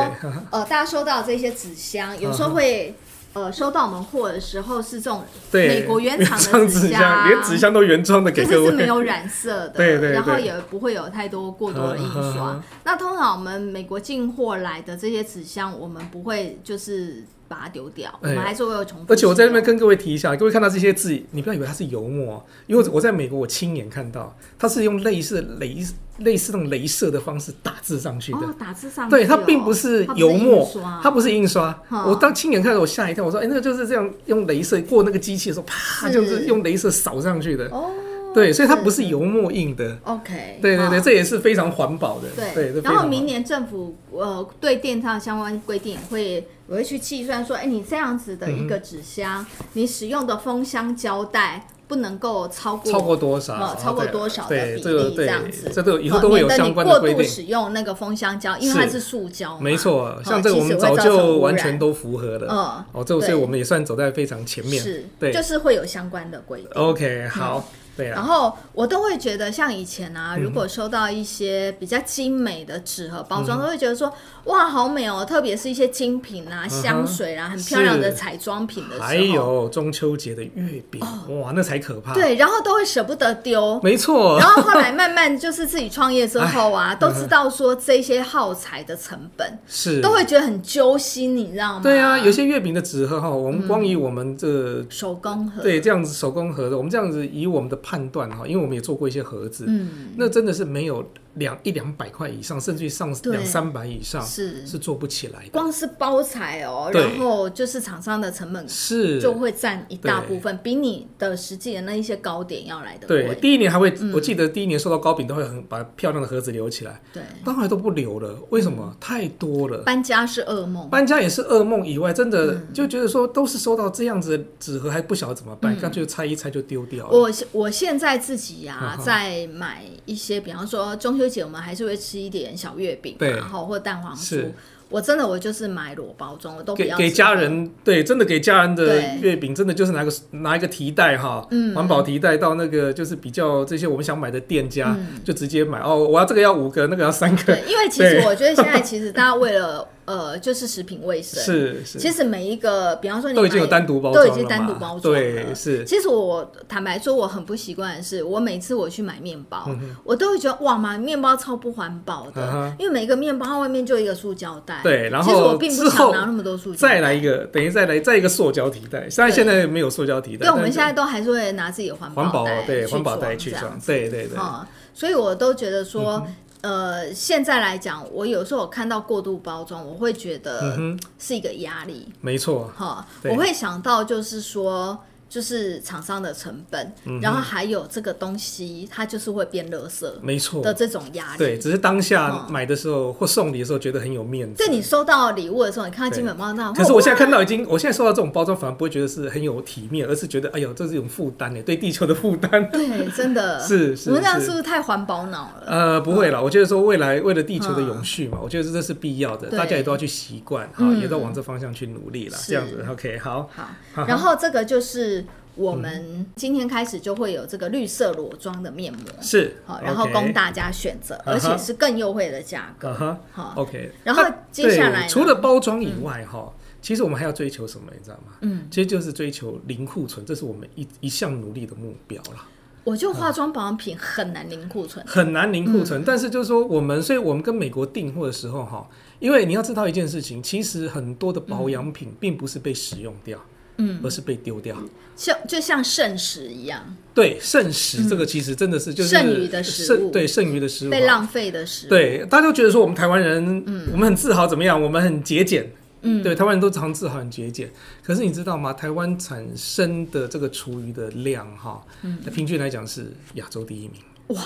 A: 呃，大家收到这些纸箱，有
B: 嗯
A: 时候会。呃，收到我们货的时候是这种
B: 对，
A: 美国原厂
B: 原
A: 的 纸箱，
B: 连纸箱都原装的给
A: 就
B: 各
A: 是
B: 位，
A: 是没有染色的，
B: 对对
A: 然后
B: 对
A: 也不会有太多过多的印
B: 嗯嗯
A: 刷。
B: 嗯
A: 那通常我们美国进货来的这些纸箱，我们不会就是把它丢掉，我
B: 哎
A: 们还是会有重复。
B: 而且我在那边，跟各位提一下，各位看到这些字，你不要以为它是油墨哦，因为我我在美国我亲眼看到，它是用类似镭类似那种镭射的方式打字上去的。
A: 哦，打字上去哦、
B: 对，它并不是油
A: 它
B: 墨
A: 不是印刷，哦
B: 它不是印刷。
A: 嗯
B: 我当亲眼看到，我吓一跳，我说：“哎、那个就是这样用镭射过那个机器的时候，啪，
A: 是
B: 就是用镭射扫上去的。
A: 哦，
B: 对，所以它不是油墨印的。
A: OK，
B: 对对
A: 好
B: 对，这也是非常环保的。对，
A: 对，
B: 这非
A: 然
B: 常
A: 后
B: 环
A: 明
B: 保
A: 年政府呃对电商相关规定会，我会去计算说，哎，你这样子的一个纸箱，
B: 嗯
A: 你使用的封箱胶带不能够超过
B: 超过多少？哦
A: 呃超过多少的
B: 对，
A: 比
B: 这个
A: 例
B: 对
A: 这样子，
B: 这都以后都会有相关
A: 呃
B: 的
A: 免得
B: 规
A: 你过度
B: 定。
A: 使用那个封箱胶，因
B: 是
A: 为它是塑胶嘛，
B: 没错，
A: 呃
B: 像这个
A: 其
B: 我
A: 实
B: 们
A: 会
B: 早
A: 造成
B: 就
A: 污
B: 完
A: 染
B: 全都符合了。
A: 嗯
B: 哦，这个所
A: 对
B: 以我们也算走在非常前面。
A: 是，
B: 对
A: 就是会有相关的规定。
B: OK，好，对
A: 然
B: 啊，
A: 后我都会觉得，像以前
B: 嗯
A: 啊，如果收到一些比较精美的纸盒包装，都会觉得说，哇，好美哦！特别是一些精品啊、
B: 嗯哼
A: 香水啊，很漂亮的
B: 是
A: 彩妆品的时候，哦
B: 还有啊中秋节的月饼，哇，那才可怕。，
A: 对，然后都会舍不得丢。
B: 没错
A: 然，后后来慢慢就是自己创业之后
B: 哎
A: 啊，都知道说这些耗材的成本，
B: 是
A: 都会觉得很揪心，你知道吗？
B: 嗯对啊，有些月饼的纸盒哈，我
A: 嗯
B: 们光以我们这
A: 手工盒，
B: 对，这样子手工盒的，我们这样子以我们的判断哈，因为我们也做过一些盒子，
A: 嗯，
B: 那真的是没有两一两百块以上，甚至于上
A: 对
B: 两三百以上
A: 是
B: 是做不起来的。
A: 光是包材哦，
B: 对
A: 然后就是厂商的成本
B: 是，
A: 就会占一大
B: 对
A: 部分，比你的实际的那一些糕点要来的嗯
B: 对，
A: 贵。
B: 第一年还会，我记得第一年收到糕饼都会很把漂亮的盒子留起来，
A: 对，嗯
B: 当然都不留了，为什么？太多了。
A: 搬家是噩梦。
B: 搬家也是噩梦以外，真的
A: 嗯
B: 就觉得说都是收到这样子的纸盒，还不晓得怎么办，干脆拆一拆就丢掉了。
A: 嗯我我现在自己呀、
B: 嗯哼
A: 在买一些，比方说中秋节我们还是会吃一点小月饼、啊
B: 对
A: 然后或蛋黄酥
B: 是。
A: 我真的我就是买裸包装，我都不
B: 给
A: 要
B: 给
A: 吃
B: 家人，对，真的给家人的
A: 对嗯
B: 月饼，真的就是拿个拿一个提袋哈，环保提袋到那个就是比较这些我们想买的店家，就直接买哦，我要这个要五个，那个要三个，
A: 嗯对，因为其实
B: 对
A: 我觉得现在其实大家为了 呃，就是食品卫生，
B: 是是，
A: 其实每一个，比方说你
B: 都已经
A: 买
B: 有单独包
A: 都已
B: 装
A: 经
B: 了
A: 单独
B: 嘛
A: 包装了
B: 对，是
A: 其实我坦白说，我很不习惯的是，我每次我去买面包，我都会觉得哇妈，面包超不环保的，
B: 嗯哼
A: 因为每个面包它外面就一个塑胶袋。
B: 对然后
A: 其实我并
B: 之
A: 不
B: 后
A: 想拿那么多塑胶袋。
B: 再来一个，等于再来再一个塑胶提袋。虽然
A: 对
B: 现在没有塑胶提袋，
A: 对，我们
B: 但是
A: 现在都还是会拿自己的环
B: 环保
A: 袋
B: 对环保
A: 装
B: 袋去
A: 这样
B: 装，对对嗯对，
A: 啊、所以我都觉得说，呃，现在来讲，我有时候我看到过度包装，我会
B: 嗯
A: 觉得是一个压力。
B: 没错，
A: 哈，
B: 对
A: 我会想到就是说，就是厂商的成本，
B: 嗯
A: 然后还有这个东西它就是会变垃圾
B: 没错，
A: 的这种压力。
B: 对，只是当下买的时候或送礼的时候觉得很有面子
A: 在。你收到礼物的时候，你看到金本包哦那，
B: 可是我现在看
A: 到
B: 到已经，我现在收到这种包装，反而不会觉得是很有体面，而是觉得哎呦，这是一种负担呢，对地球的负担。
A: 对，真的
B: 是是
A: 我们这样
B: 是
A: 是不是太环保脑了？
B: 呃，不会啦，我觉得说未来为了地球的永续嘛，我觉得这是必要的，
A: 嗯对嗯
B: 大家也都要去习惯哈，也都往这方向去努力啦。
A: 是
B: 这样子，OK，好，
A: 好，然后这个就是我们今天开始就会有这个绿色裸妆的面膜，
B: 是
A: 好，然
B: 嗯
A: 后
B: OK 嗯
A: 供大家选择，而且是更优惠的价格。
B: 啊哈
A: 好
B: ，OK。
A: 然后
B: 那
A: 接下来
B: 对
A: 呢嗯
B: 除了包装以外，哈、其实我们还要追求什么，你知道吗？嗯，其实就是追求零库存，这是我们一一项努力的目标啦。
A: 我就化妆保养品很难零库存，
B: 很难零库
A: 嗯
B: 存，但是就是说我们，所以我们跟美国订货的时候，哈，因为你要知道一件事情，其实很多的保养品
A: 嗯
B: 并不是被使用掉，嗯，而是被丢掉。
A: 像就像剩食一样，
B: 对，剩食这个其实真的是就是
A: 嗯剩余的食
B: 剩
A: 物
B: 对剩余的食物
A: 被
B: 哈
A: 浪费的食物。
B: 对，大家都觉得说我们台湾人，我们很自豪怎么样？我们很节俭，
A: 嗯
B: 对，台湾人都常自豪很节俭。可是你知道吗？台湾产生的这个厨余的量哈，
A: 嗯
B: 平均来讲是亚洲第一名。
A: 哇，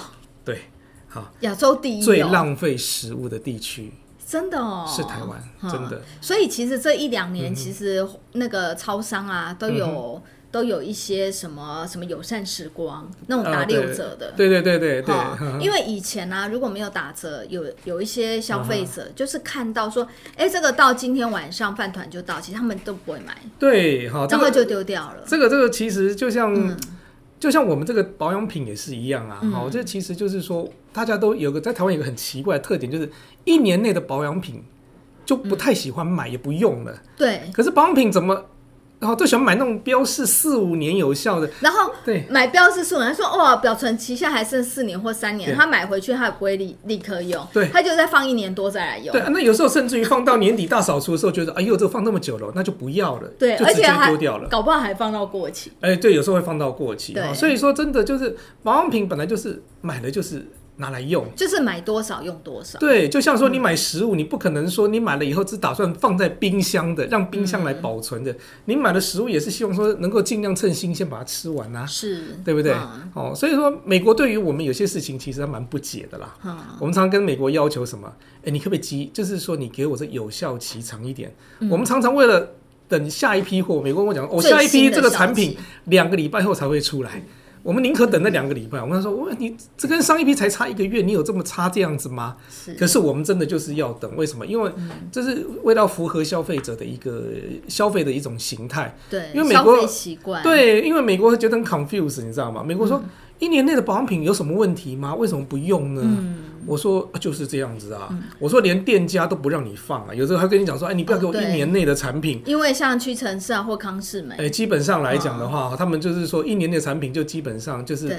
B: 对，好，
A: 亚洲第一、哦，
B: 最浪费食物的地区
A: 真的哦，
B: 是台湾，
A: 哈
B: 真的。嗯
A: 所以其实这一两年，其实那个超商啊，都有、都有一些什么什么友善时光那种打
B: 啊对
A: 六折的。
B: 对对对对对，
A: 哈
B: 呵呵
A: 因为以前啊，如果没有打折，有有一些消费
B: 啊
A: 者就是看到说，哎、这个到今天晚上饭团就到，其实他们都不会买，
B: 对，啊好，这
A: 然后
B: 个
A: 就嗯丢掉了。
B: 这个这个其实就像、就像我们这个保养品也是一样
A: 嗯
B: 啊，好、这其实就是说大家都有个在台湾有个很奇怪的特点，就是一年内的保养品就不太喜欢买，也不用了。
A: 对，
B: 可是保养品怎么，然后都喜欢买那种标示四五年有效的，
A: 然后
B: 对
A: 买标示数，人家说哇，表存期限还剩四年或三年，
B: 对
A: 他买回去他也不会立立刻用，
B: 对
A: 他就再放一年多再来用
B: 对。。那有时候甚至于放到年底大扫除的时候，觉得哎呦这个放那么久了，那就不要了，
A: 对，
B: 就
A: 而
B: 直
A: 且
B: 接
A: 还
B: 丢掉了。
A: 搞不好还放到过期。
B: 哎、对，有时候会放到过期，
A: 对
B: 哈所以说真的就是保养品本来就是买了就是拿来用。
A: 就是买多少用多少。
B: 对，就像说你买食物，你不可能说你买了以后只打算放在冰箱的，让冰箱来保存的。你买的食物也是希望说能够尽量趁新鲜把它吃完啊，
A: 是，
B: 对不对？
A: 嗯
B: 哦，所以说美国对于我们有些事情其实还蛮不解的啦。
A: 嗯
B: 我们常跟美国要求什么？哎，你可不可以积？就是说你给我这有效期长一点。我们常常为了等下一批货，美国跟我讲，我、
A: 嗯最
B: 下一批
A: 新的
B: 这个
A: 消
B: 产品
A: 息嗯
B: 两个礼拜后才会出来。我们宁可等那两个礼拜。我跟他说，哇，你这跟上一批才差一个月，你有这么差这样子吗？
A: 是嗯
B: 可是我们真的就是要等，为什么？因为这是为了符合消费者的一个消费的一种形态。
A: 对，
B: 因为美
A: 消
B: 国
A: 费习惯，
B: 对，因为美国觉得很 confused，你知道吗？美国说、
A: 嗯
B: 一年内的保养品有什么问题吗？为什么不用呢？
A: 嗯
B: 我说、啊就是这样子啊，我说连店家都不让你放啊，有时候还跟你讲说，哎，你不要给我
A: 哦
B: 一
A: 对
B: 年内的产品。
A: 因为像屈臣氏啊或康士美，
B: 哎、基本上来讲的话，他们就是说一年内的产品就基本上就是
A: 哦对，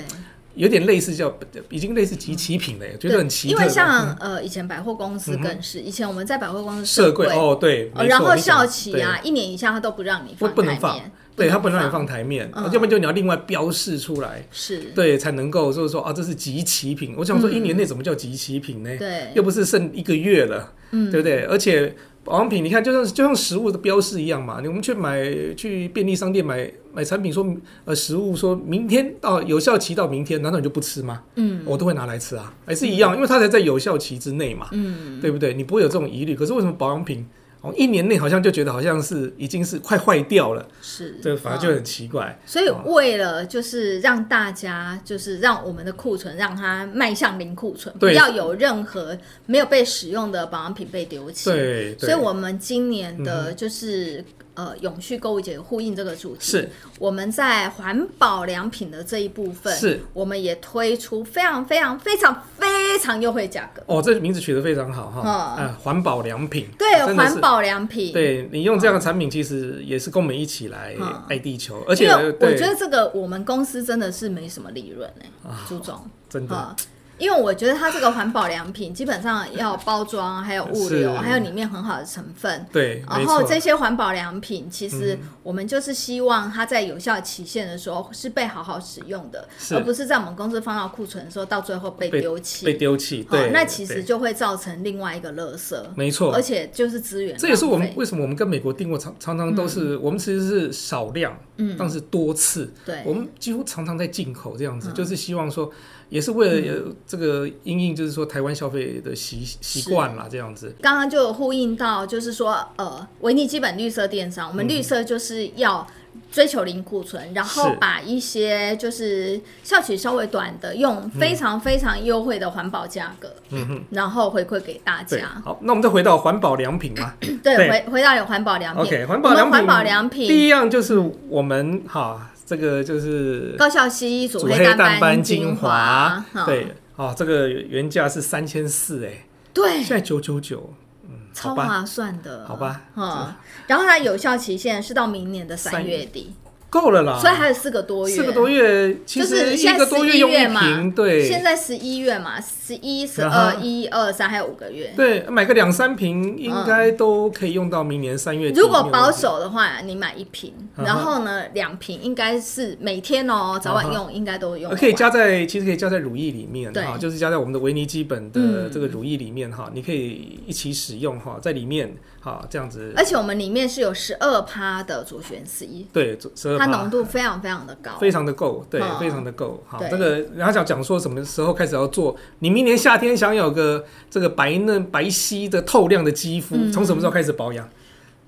B: 有点类似叫已经类似集齐品了耶，觉得很
A: 对
B: 奇
A: 因
B: 特
A: 为
B: 的。嗯
A: 像呃以前百货公司更是，以前我们在百货公司
B: 社
A: 柜
B: 柜，哦，对，
A: 哦
B: 没
A: 然
B: 错
A: 后
B: 你讲
A: 效
B: 得
A: 期
B: 对
A: 啊一年以下他都不让你
B: 不
A: 放，
B: 不能放，对它不能让你
A: 放，
B: 放台面，
A: 嗯
B: 要不然就你要另外标示出来，
A: 是，
B: 对，才能够就是说啊，这是集齐品。我想说，一年内怎么叫集齐品呢？
A: 嗯对
B: 又不是剩一个月了，嗯，对不对？而且保养品，你看，就像就像食物的标示一样嘛，你我们去买去便利商店买买产品说，呃食物说明天到有效期到明天，难道你就不吃吗？嗯，我都会拿来吃啊，还是
A: 嗯
B: 一样，因为它才在有效期之内嘛，嗯，对不对？你不会有这种疑虑。可是为什么保养品？哦，一年内好像就觉得好像是已经是快坏掉了，
A: 是，
B: 这反而就很奇怪。
A: 所以为了就是让大家，就是让我们的库存让它迈向零库存，不
B: 对
A: 要有任何没有被使用的保养品被丢弃。
B: 对，对嗯
A: 所以我们今年的就是、呃永续购物节呼应这个主题，
B: 是
A: 我们在环保良品的这一部分，
B: 是
A: 我们也推出非常非常非常非常优惠价格，
B: 哦，这名字取得非常好哈，啊、
A: 嗯
B: 环保良品，啊
A: 对
B: 真的是
A: 环，保良品，，
B: 对你用这样的产品，其实也是跟我们一起来
A: 嗯
B: 爱地球，而
A: 因
B: 且
A: 为我
B: 对，
A: 觉得这个我们公司真的是没什么利润哎、朱总。
B: 真的
A: 啊，因为我觉得它这个环保良品基本上要包装，还有物流，
B: 是
A: 还有里面很好的成分。
B: 对，没
A: 然后
B: 错，嗯
A: 这些环保良品，其实我们就是希望它在有效期限的时候是被好好使用的，
B: 是
A: 而不是在我们公司放到库存的时候，到最后被
B: 被
A: 丢
B: 被
A: 弃。
B: 丢弃，
A: 好
B: 对，
A: 那其实
B: 对
A: 就会造成另外一个垃圾，
B: 没错
A: 而，且就是资源浪费。
B: 这也是我们为什么我们跟美国订货常常常都是、我们其实是少量
A: 嗯
B: 当时多次，
A: 对
B: 我，们几乎常常在进口这样子，
A: 嗯
B: 就是希望说，也是为了呃这个因应，就是说台湾消费的习习惯啦，这样子。
A: 刚刚就有呼应到，就是说，呃，维尼基本绿色电商，我
B: 嗯
A: 们绿色就是要追求零库存，然后
B: 是
A: 把一些就是效期稍微短的，用非常非常优惠的环保价格，
B: 嗯哼，
A: 然后回馈给大
B: 对。
A: 家。
B: 好，那我们再回到环保良品嘛。
A: 对，
B: 对
A: 回回到有环保良品
B: OK，环
A: 我
B: 保
A: 们
B: 良品，
A: 环保良品
B: 第一样就是我们哈，这个就是
A: 高效吸
B: 煮
A: 煮
B: 黑蛋
A: 蛋白
B: 白
A: 精
B: 精
A: 华
B: 华，，
A: 嗯
B: 对，哦，这个原价是三千四，哎，
A: 对
B: 现，在九九九，嗯
A: 超
B: 好吧
A: 划算的，
B: 好吧
A: 嗯，然后它有效期限是到明年的三
B: 三
A: 月底，
B: 够了啦，
A: 所以还有四个多月，
B: 四个多月，其
A: 就是
B: 实
A: 现
B: 一
A: 在
B: 个多
A: 11
B: 用一
A: 月嘛
B: 瓶，对，
A: 现在十一月嘛，十一、十
B: 啊
A: 二、
B: 哈
A: 一二三，还有五个月。
B: 对，买个两三瓶应该都可以用到明年三月底。
A: 嗯如果
B: 没有
A: 保
B: 问题，
A: 守的话，你买一瓶，
B: 啊哈
A: 然后呢，两瓶应该是每天哦，早晚用，应该都用
B: 呃
A: 完。
B: 可以加在其实可以加在乳液里面
A: 对
B: 哈，就是加在我们的维尼基本的
A: 嗯
B: 这个乳液里面哈，你可以一起使用哈，在里面哈这样子，
A: 而且我们里面是有十二趴的左旋 C，
B: 对，十二
A: 它浓度非常非常的高。
B: 非常的够，对，
A: 嗯
B: 非常的够。好，
A: 对
B: 这个然后讲讲说什么时候开始要做？你明年夏天想有个这个白嫩白皙的透亮的肌肤，
A: 嗯
B: 从什么时候开始保养？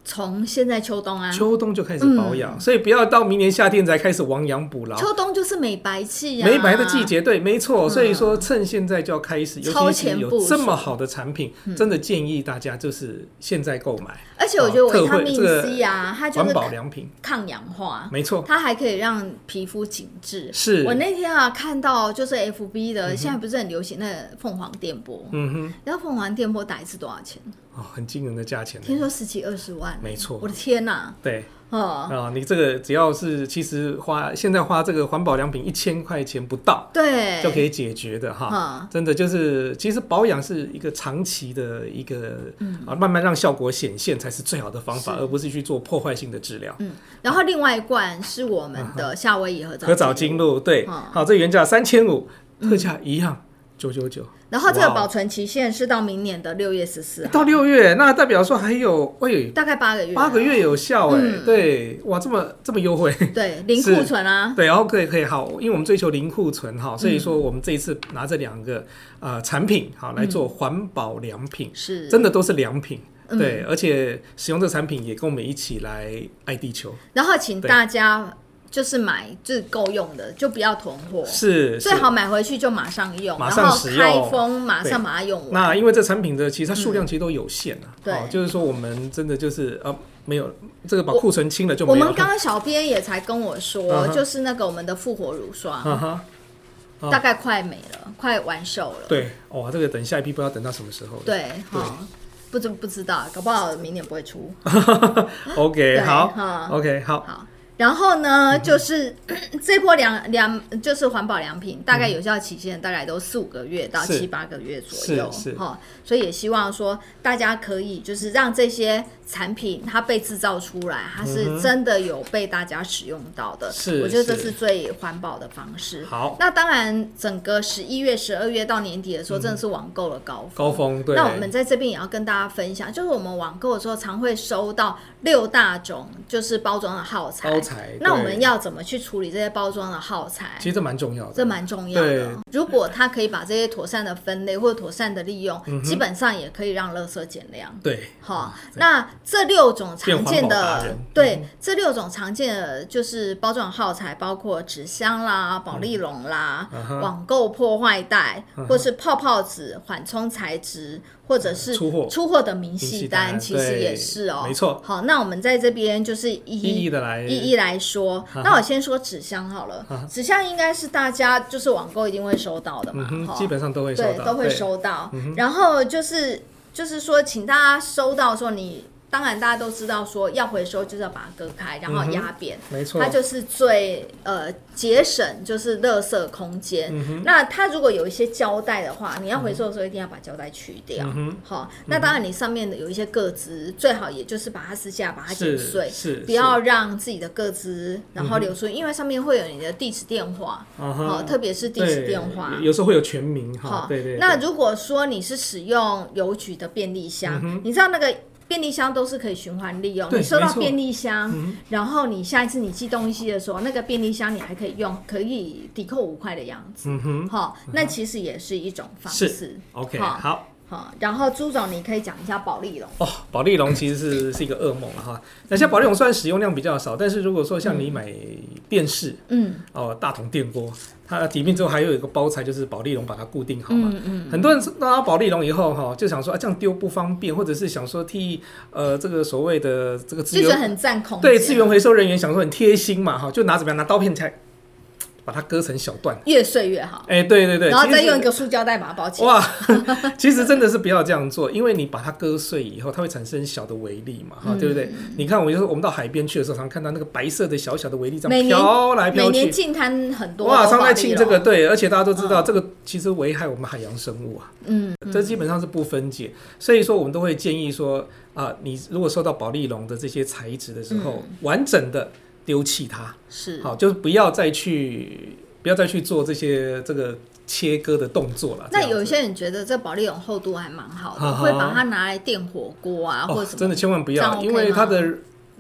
A: 从现在秋冬啊，秋
B: 秋冬就开始保
A: 嗯
B: 养，所以不要到明年夏天才开始亡羊补牢。
A: 冬就是美白季啊，
B: 美白的季。节，对，没错。
A: 嗯
B: 所以说，趁现在就要开始，尤
A: 超
B: 其是
A: 前
B: 有
A: 部署嗯
B: 这么好的产品，真的建议大家就是现在购买
A: 而且我觉得
B: 哦特
A: 维
B: 惠
A: 他命
B: 这个
A: C 啊，它就
B: 环
A: 是
B: 保良品。
A: 抗氧化。
B: 没错，
A: 它还可以让皮肤紧致。
B: 是
A: 我那天啊看到就是 FB 的，现在不是很流行那个凤凰电波，
B: 嗯哼，
A: 然后凤凰电波打一次多少钱？
B: 哦，很惊人的价钱呢。
A: 听说十几二十万，
B: 没错
A: 我的天呐、
B: 对
A: 哦、
B: 啊、你这个只要是其实花现在花这个环保良品一千块钱不到，
A: 对，
B: 就可以解决的哈
A: 嗯。
B: 真的就是，其实保养是一个长期的一个
A: 嗯
B: 啊，慢慢让效果显现才是最好的方法，而不是去做破坏性的治疗。
A: 嗯，然后另外一罐是我们
B: 嗯
A: 的夏威夷合
B: 和藻精露对，
A: 嗯
B: 好，这原价三千五，特价一样九九九，
A: 然后这个
B: 哇哦
A: 保存期限是到明年的六月十四号，
B: 到六月，那代表说还有喂
A: 大概八个月，啊
B: 八个，月有效哎，
A: 嗯
B: 对，哇，这么这么优惠。
A: 对，零
B: 是
A: 库存啊，
B: 对，然后可以可以好，因为我们追求零库存
A: 嗯
B: 哈，所以说我们这一次拿这两个呃产品好来做环保良品，
A: 是
B: 真的都是良品。
A: 嗯
B: 对，而且使用这个产品也跟我们一起来爱地球，
A: 然后请
B: 对
A: 大家就是买就是够用的，就不要囤货，
B: 是
A: 最好买回去就马上用，
B: 马上
A: 然后
B: 使
A: 开
B: 用
A: 封马上把它用完。
B: 那因为这产品的其实它数量其实都有限啊，
A: 嗯对
B: 哦就是说我们真的就是呃没有这个把库存清了就
A: 我
B: 没有
A: 们
B: 了。
A: 刚刚小编也才跟我说
B: 嗯哼
A: 就是那个我们的复活乳霜、
B: 啊哈，啊
A: 大概快没了，快完售了。
B: 对，哇，这个等下一批不知道等到什么时候了。
A: 对，好，不知不知道，搞不好明年不会出。
B: ，OK，
A: 对
B: 好
A: 哈
B: ，OK，好，
A: 好，然后
B: 嗯
A: 呢，就是、 这波良良就是环保良品，大概有效期限大概都四五个月到
B: 嗯是
A: 七八个月左右，
B: 是是
A: 哈、所以也希望说大家可以就是让这些产品它被制造出来，它是真的有被大家使用到的，
B: 嗯是
A: 我觉得这
B: 是
A: 是最环保的方式。
B: 好
A: 那当然整个十一月、十二月到年底的
B: 嗯
A: 时候，真的是网购的高峰。
B: 高峰对。
A: 那我们在这边也要跟大家分享，就是我们网购的时候常会收到六大种就是包装的耗材，
B: 包材
A: 那我
B: 对
A: 们要怎么去处理这些包装的耗材？
B: 其实这蛮重要的，
A: 这蛮重要的
B: 对。
A: 如果他可以把这些妥善的分类或者妥善的利用，
B: 嗯
A: 基本上也可以让垃圾减量。
B: 对，
A: 好，那这六种常见
B: 变环保达
A: 的
B: 人，嗯
A: 对，这六种常见的就是包装耗材，包括纸箱啦、保丽龙啦、
B: 嗯哼嗯
A: 网购破坏袋，或是泡泡纸、缓冲材质，或者是
B: 嗯出货
A: 出货的明细
B: 明细单
A: 其实
B: 对
A: 也是哦，
B: 没错。
A: 好，那我们在这边就是
B: 一
A: 一
B: 一的来嗯
A: 一一来说，那我先说纸箱好了
B: 啊哈，
A: 纸箱应该是大家就是网购一定会收到的嘛
B: 嗯，哼，
A: 哈
B: 基本上都会收
A: 对，
B: 到，
A: 都会
B: 对。嗯
A: 收到。然后就是就是说，请大家收到的时候，你当然大家都知道说要回收就是要把它割开，然后压扁。
B: 没错，
A: 它就是最呃节省，就是垃圾空间。
B: 嗯
A: 那它如果有一些胶带的话，你要回收的时候一定要把胶带去掉。
B: 嗯
A: 好，那当然你上面的有一些个子，最好也就是把它撕下，把它剪
B: 是
A: 碎，
B: 是啊嗯
A: 不要让自己的个子然后流出，因为上面会有你的地址电话，
B: 啊哈
A: 好，特别是地址
B: 对
A: 电话。
B: 有有时候会有全名哈
A: 好，，
B: 对对。
A: 那
B: 对
A: 如果说你是使用邮局的便利箱，你知道那个便利箱都是可以循环利
B: 嗯
A: 用。
B: 对
A: 你收到
B: 没错嗯
A: 便利箱，然后你下一次你寄东西的时候，那个便利箱你还可以用，可以抵扣五块的样子。
B: 嗯哼
A: 好、那其实也是一种方式
B: 是。，OK，
A: 好
B: 好。
A: 好，然后朱总，你可以讲一下保利龙。
B: 哦，保利龙其实是 是一个噩梦了哈。那像保利龙虽然使用量比较少，但是如果说像你买电视
A: 嗯
B: 哦，大桶电锅，它里面之后还有一个包材，就是保利龙把它固定好嘛。
A: 嗯嗯，
B: 很多人拿到保利龙以后哈，就想说啊这样丢不方便，或者是想说替呃这个所谓的这个资
A: 就是
B: 源
A: 很占空间。
B: 对资源回收人员想说很贴心嘛哈，就拿怎么样拿刀片才把它割成小段。
A: 越碎越好，
B: 哎、对对对，
A: 然后
B: 其实
A: 再用一个塑胶袋把它包起来。
B: 哇，其实真的是不要这样做，因为你把它割碎以后，它会产生小的微粒嘛，哈、对不对？
A: 嗯
B: 你看，我就说我们到海边去的时候，常看到那个白色的小小的微粒这
A: 每
B: 样
A: 年
B: 飘来
A: 每
B: 飘
A: 年
B: 去。
A: 净滩很多，
B: 哇，
A: 都
B: 常
A: 保
B: 在
A: 利
B: 庆
A: 龙
B: 这个，对，而且大家都知道，这个其实危害我们海洋生物啊，
A: 嗯，
B: 这基本上是不分解，所以说我们都会建议说啊、你如果收到保利龙的这些材质的时候，完整的丢弃它，
A: 嗯是
B: 好，就是不要再去不要再去做这些这个切割的动作了。
A: 那
B: 啊这样
A: 有
B: 子
A: 些人觉得这保利龙厚度还蛮好的，
B: 啊哈
A: 会把它拿来垫火锅啊，或者什么。
B: 哦真的千万不
A: 这
B: 要，
A: 样 OK
B: 因为它
A: 吗
B: 的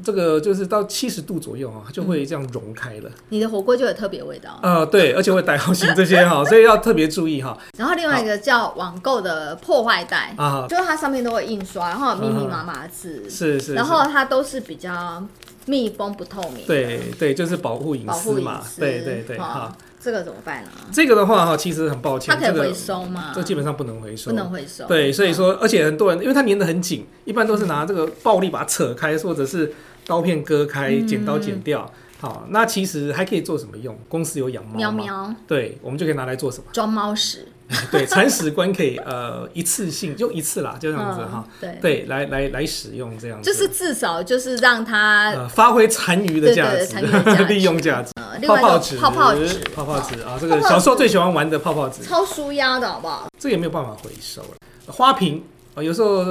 B: 这个就是到七十度左右啊，它就
A: 嗯
B: 会这样融开了。
A: 你的火锅就有特别味道。
B: 呃，对，而且会带好型这些 哈，所以要特别注意哈
A: 然后另外一个叫网购的破坏袋，
B: 啊，
A: 就是它上面都会印刷，然后有密密麻麻的字，
B: 是是，
A: 然
B: 是
A: 后它都是比较密封不透明的，
B: 对对，就是保护隐
A: 保护
B: 私
A: 隐
B: 嘛，
A: 私。
B: 对对对哈
A: 哦。这个怎么办呢？啊
B: 这个的话哈，其实很抱
A: 它
B: 歉，
A: 可
B: 这
A: 以回
B: 个
A: 收吗？
B: 这基本上不能回收
A: 不，能回收。嗯
B: 对，所以说，而且很多人因为它粘得很紧，一般都是拿这个暴力把它扯开，或者是刀片割开，
A: 嗯
B: 剪刀剪掉。好，那其实还可以做什么用？公司有养猫
A: 喵
B: 嘛，
A: 喵
B: 对，我们就可以拿来做什么？
A: 装猫屎
B: 对，铲屎官可以呃一次性用一次啦，就这样子哈、，
A: 嗯对。
B: 对，来来来使用这样子，
A: 就是至少就是让它
B: 呃发挥残余的
A: 对对
B: 价
A: 对
B: 值
A: 残余的价 值
B: 利用价值。
A: 呃，另
B: 泡
A: 外一
B: 泡
A: 个
B: 纸，
A: 泡泡纸，
B: 泡泡纸啊，这
A: 泡
B: 个
A: 泡
B: 小时候
A: 纸
B: 最喜欢玩的泡泡纸，
A: 超舒压的好不好？
B: 这个也没有办法回收了。花瓶啊、呃有时候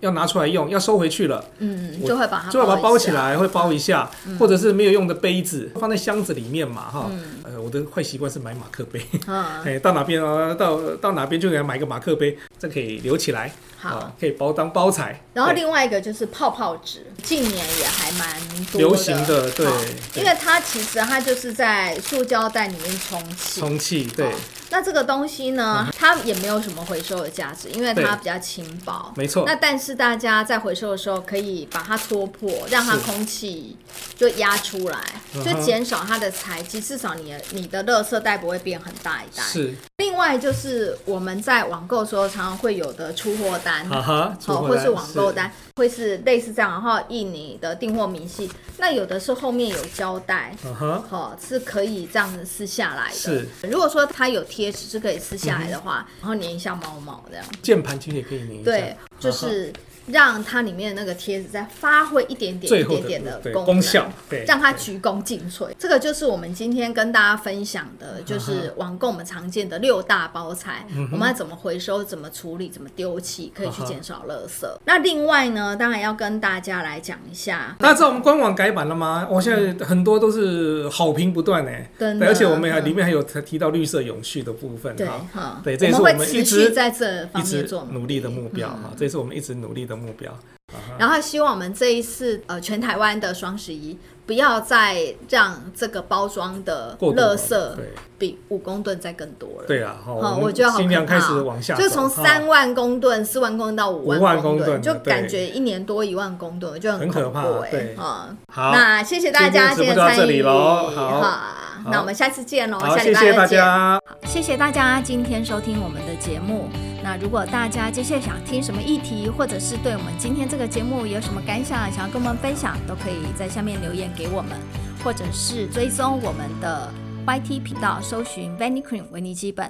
B: 要拿出来用，要收回去了，
A: 嗯，
B: 我
A: 就会把它
B: 就要把它包起
A: 一下。嗯
B: 来，会包一下，或者是没有用的杯子放在箱子里面嘛，哈。呃，我的坏习惯是买马克杯，
A: 嗯，
B: 哎，到哪边啊，到到哪边就给他买一个马克杯，这可以留起来。
A: 好。
B: 啊，可以包当包材。
A: 然后
B: 对
A: 另外一个就是泡泡纸，近年也还蛮多
B: 流行的对
A: 好
B: 对
A: 因为它其实它就是在塑胶袋里面充气。
B: 充气，对嗯
A: 好，那这个东西呢，它也没有什么回收的价值，因为它
B: 对
A: 比较轻薄。
B: 没错
A: 那，但是大家在回收的时候，可以把它戳破，让它
B: 是
A: 空气就压出来，
B: 嗯
A: 就
B: 哼
A: 减少它的材积，至少你的你的垃圾袋不会变很大一袋。
B: 是，
A: 另外就是我们在网购的时候，常常会有的出货单，
B: 啊哈哈，出
A: 好，
B: 货
A: 或
B: 单
A: 是网购，单，会是类似这样，然后印你的订货明细。那有的是后面有胶带，
B: 是啊哈，
A: 哦，是可以这样子撕下来的。
B: 是，嗯
A: 如果说它有贴纸是可以撕下来的话，然后粘一下猫毛这样，
B: 键盘其实也可以拧一下，啊
A: 对，就是让它里面的那个贴纸再发挥一点点、
B: 最
A: 一
B: 后
A: 点点的
B: 对
A: 功
B: 功
A: 能
B: 效，对，
A: 让它鞠躬尽瘁。这个就是我们今天跟大家分享的，
B: 嗯
A: 就是网购我们常见的六大包材，我们要怎么回收、怎么处理、怎么丢弃，可以去
B: 啊哈
A: 减少垃圾。那另外呢，当然要跟大家来讲一下，
B: 大家知道我们官网改版了吗？我现在很多都是好评不断哎，
A: 真的
B: 对而且我们还
A: 嗯
B: 里面还有提到绿色永续的部分
A: 对
B: 哈，
A: 哈，
B: 嗯对这也是我
A: 会
B: 们一
A: 持续
B: 直
A: 在这
B: 一
A: 方面
B: 直
A: 做嗯
B: 努力的目标哈，这也是我们一直努力的目标。
A: 然后希望我们这一次呃全台湾的双十一，不要再让这个包装的
B: 过度
A: 垃圾
B: 对
A: 比五公吨再更多了。
B: 对啊，哈，
A: 哦，
B: 们
A: 我觉得好可
B: 尽量开始
A: 怕哦
B: 往下走，
A: 就从
B: 哈
A: 三万公吨、四万公吨到五
B: 五万
A: 公
B: 公吨
A: 就
B: 的
A: 感
B: 对
A: 觉一年多一万公吨，就
B: 很
A: 恐
B: 可怕
A: 怖哎、
B: 对
A: 嗯，
B: 好，
A: 那谢谢大家
B: 今
A: 今
B: 天直播
A: 天的
B: 就到
A: 参
B: 这里
A: 与，
B: 咯好
A: 那
B: 好
A: 我们下次见喽，
B: 好，
A: 下
B: 谢
A: 礼拜
B: 谢
A: 二
B: 大
A: 见
B: 家。
A: 谢谢大家今天收听我们的节目。那如果大家接下来想听什么议题，或者是对我们今天这个节目有什么感想，想要跟我们分享，都可以在下面留言给我们，或者是追踪我们的 YT 频道，搜寻 Vanny Cream 维尼基本，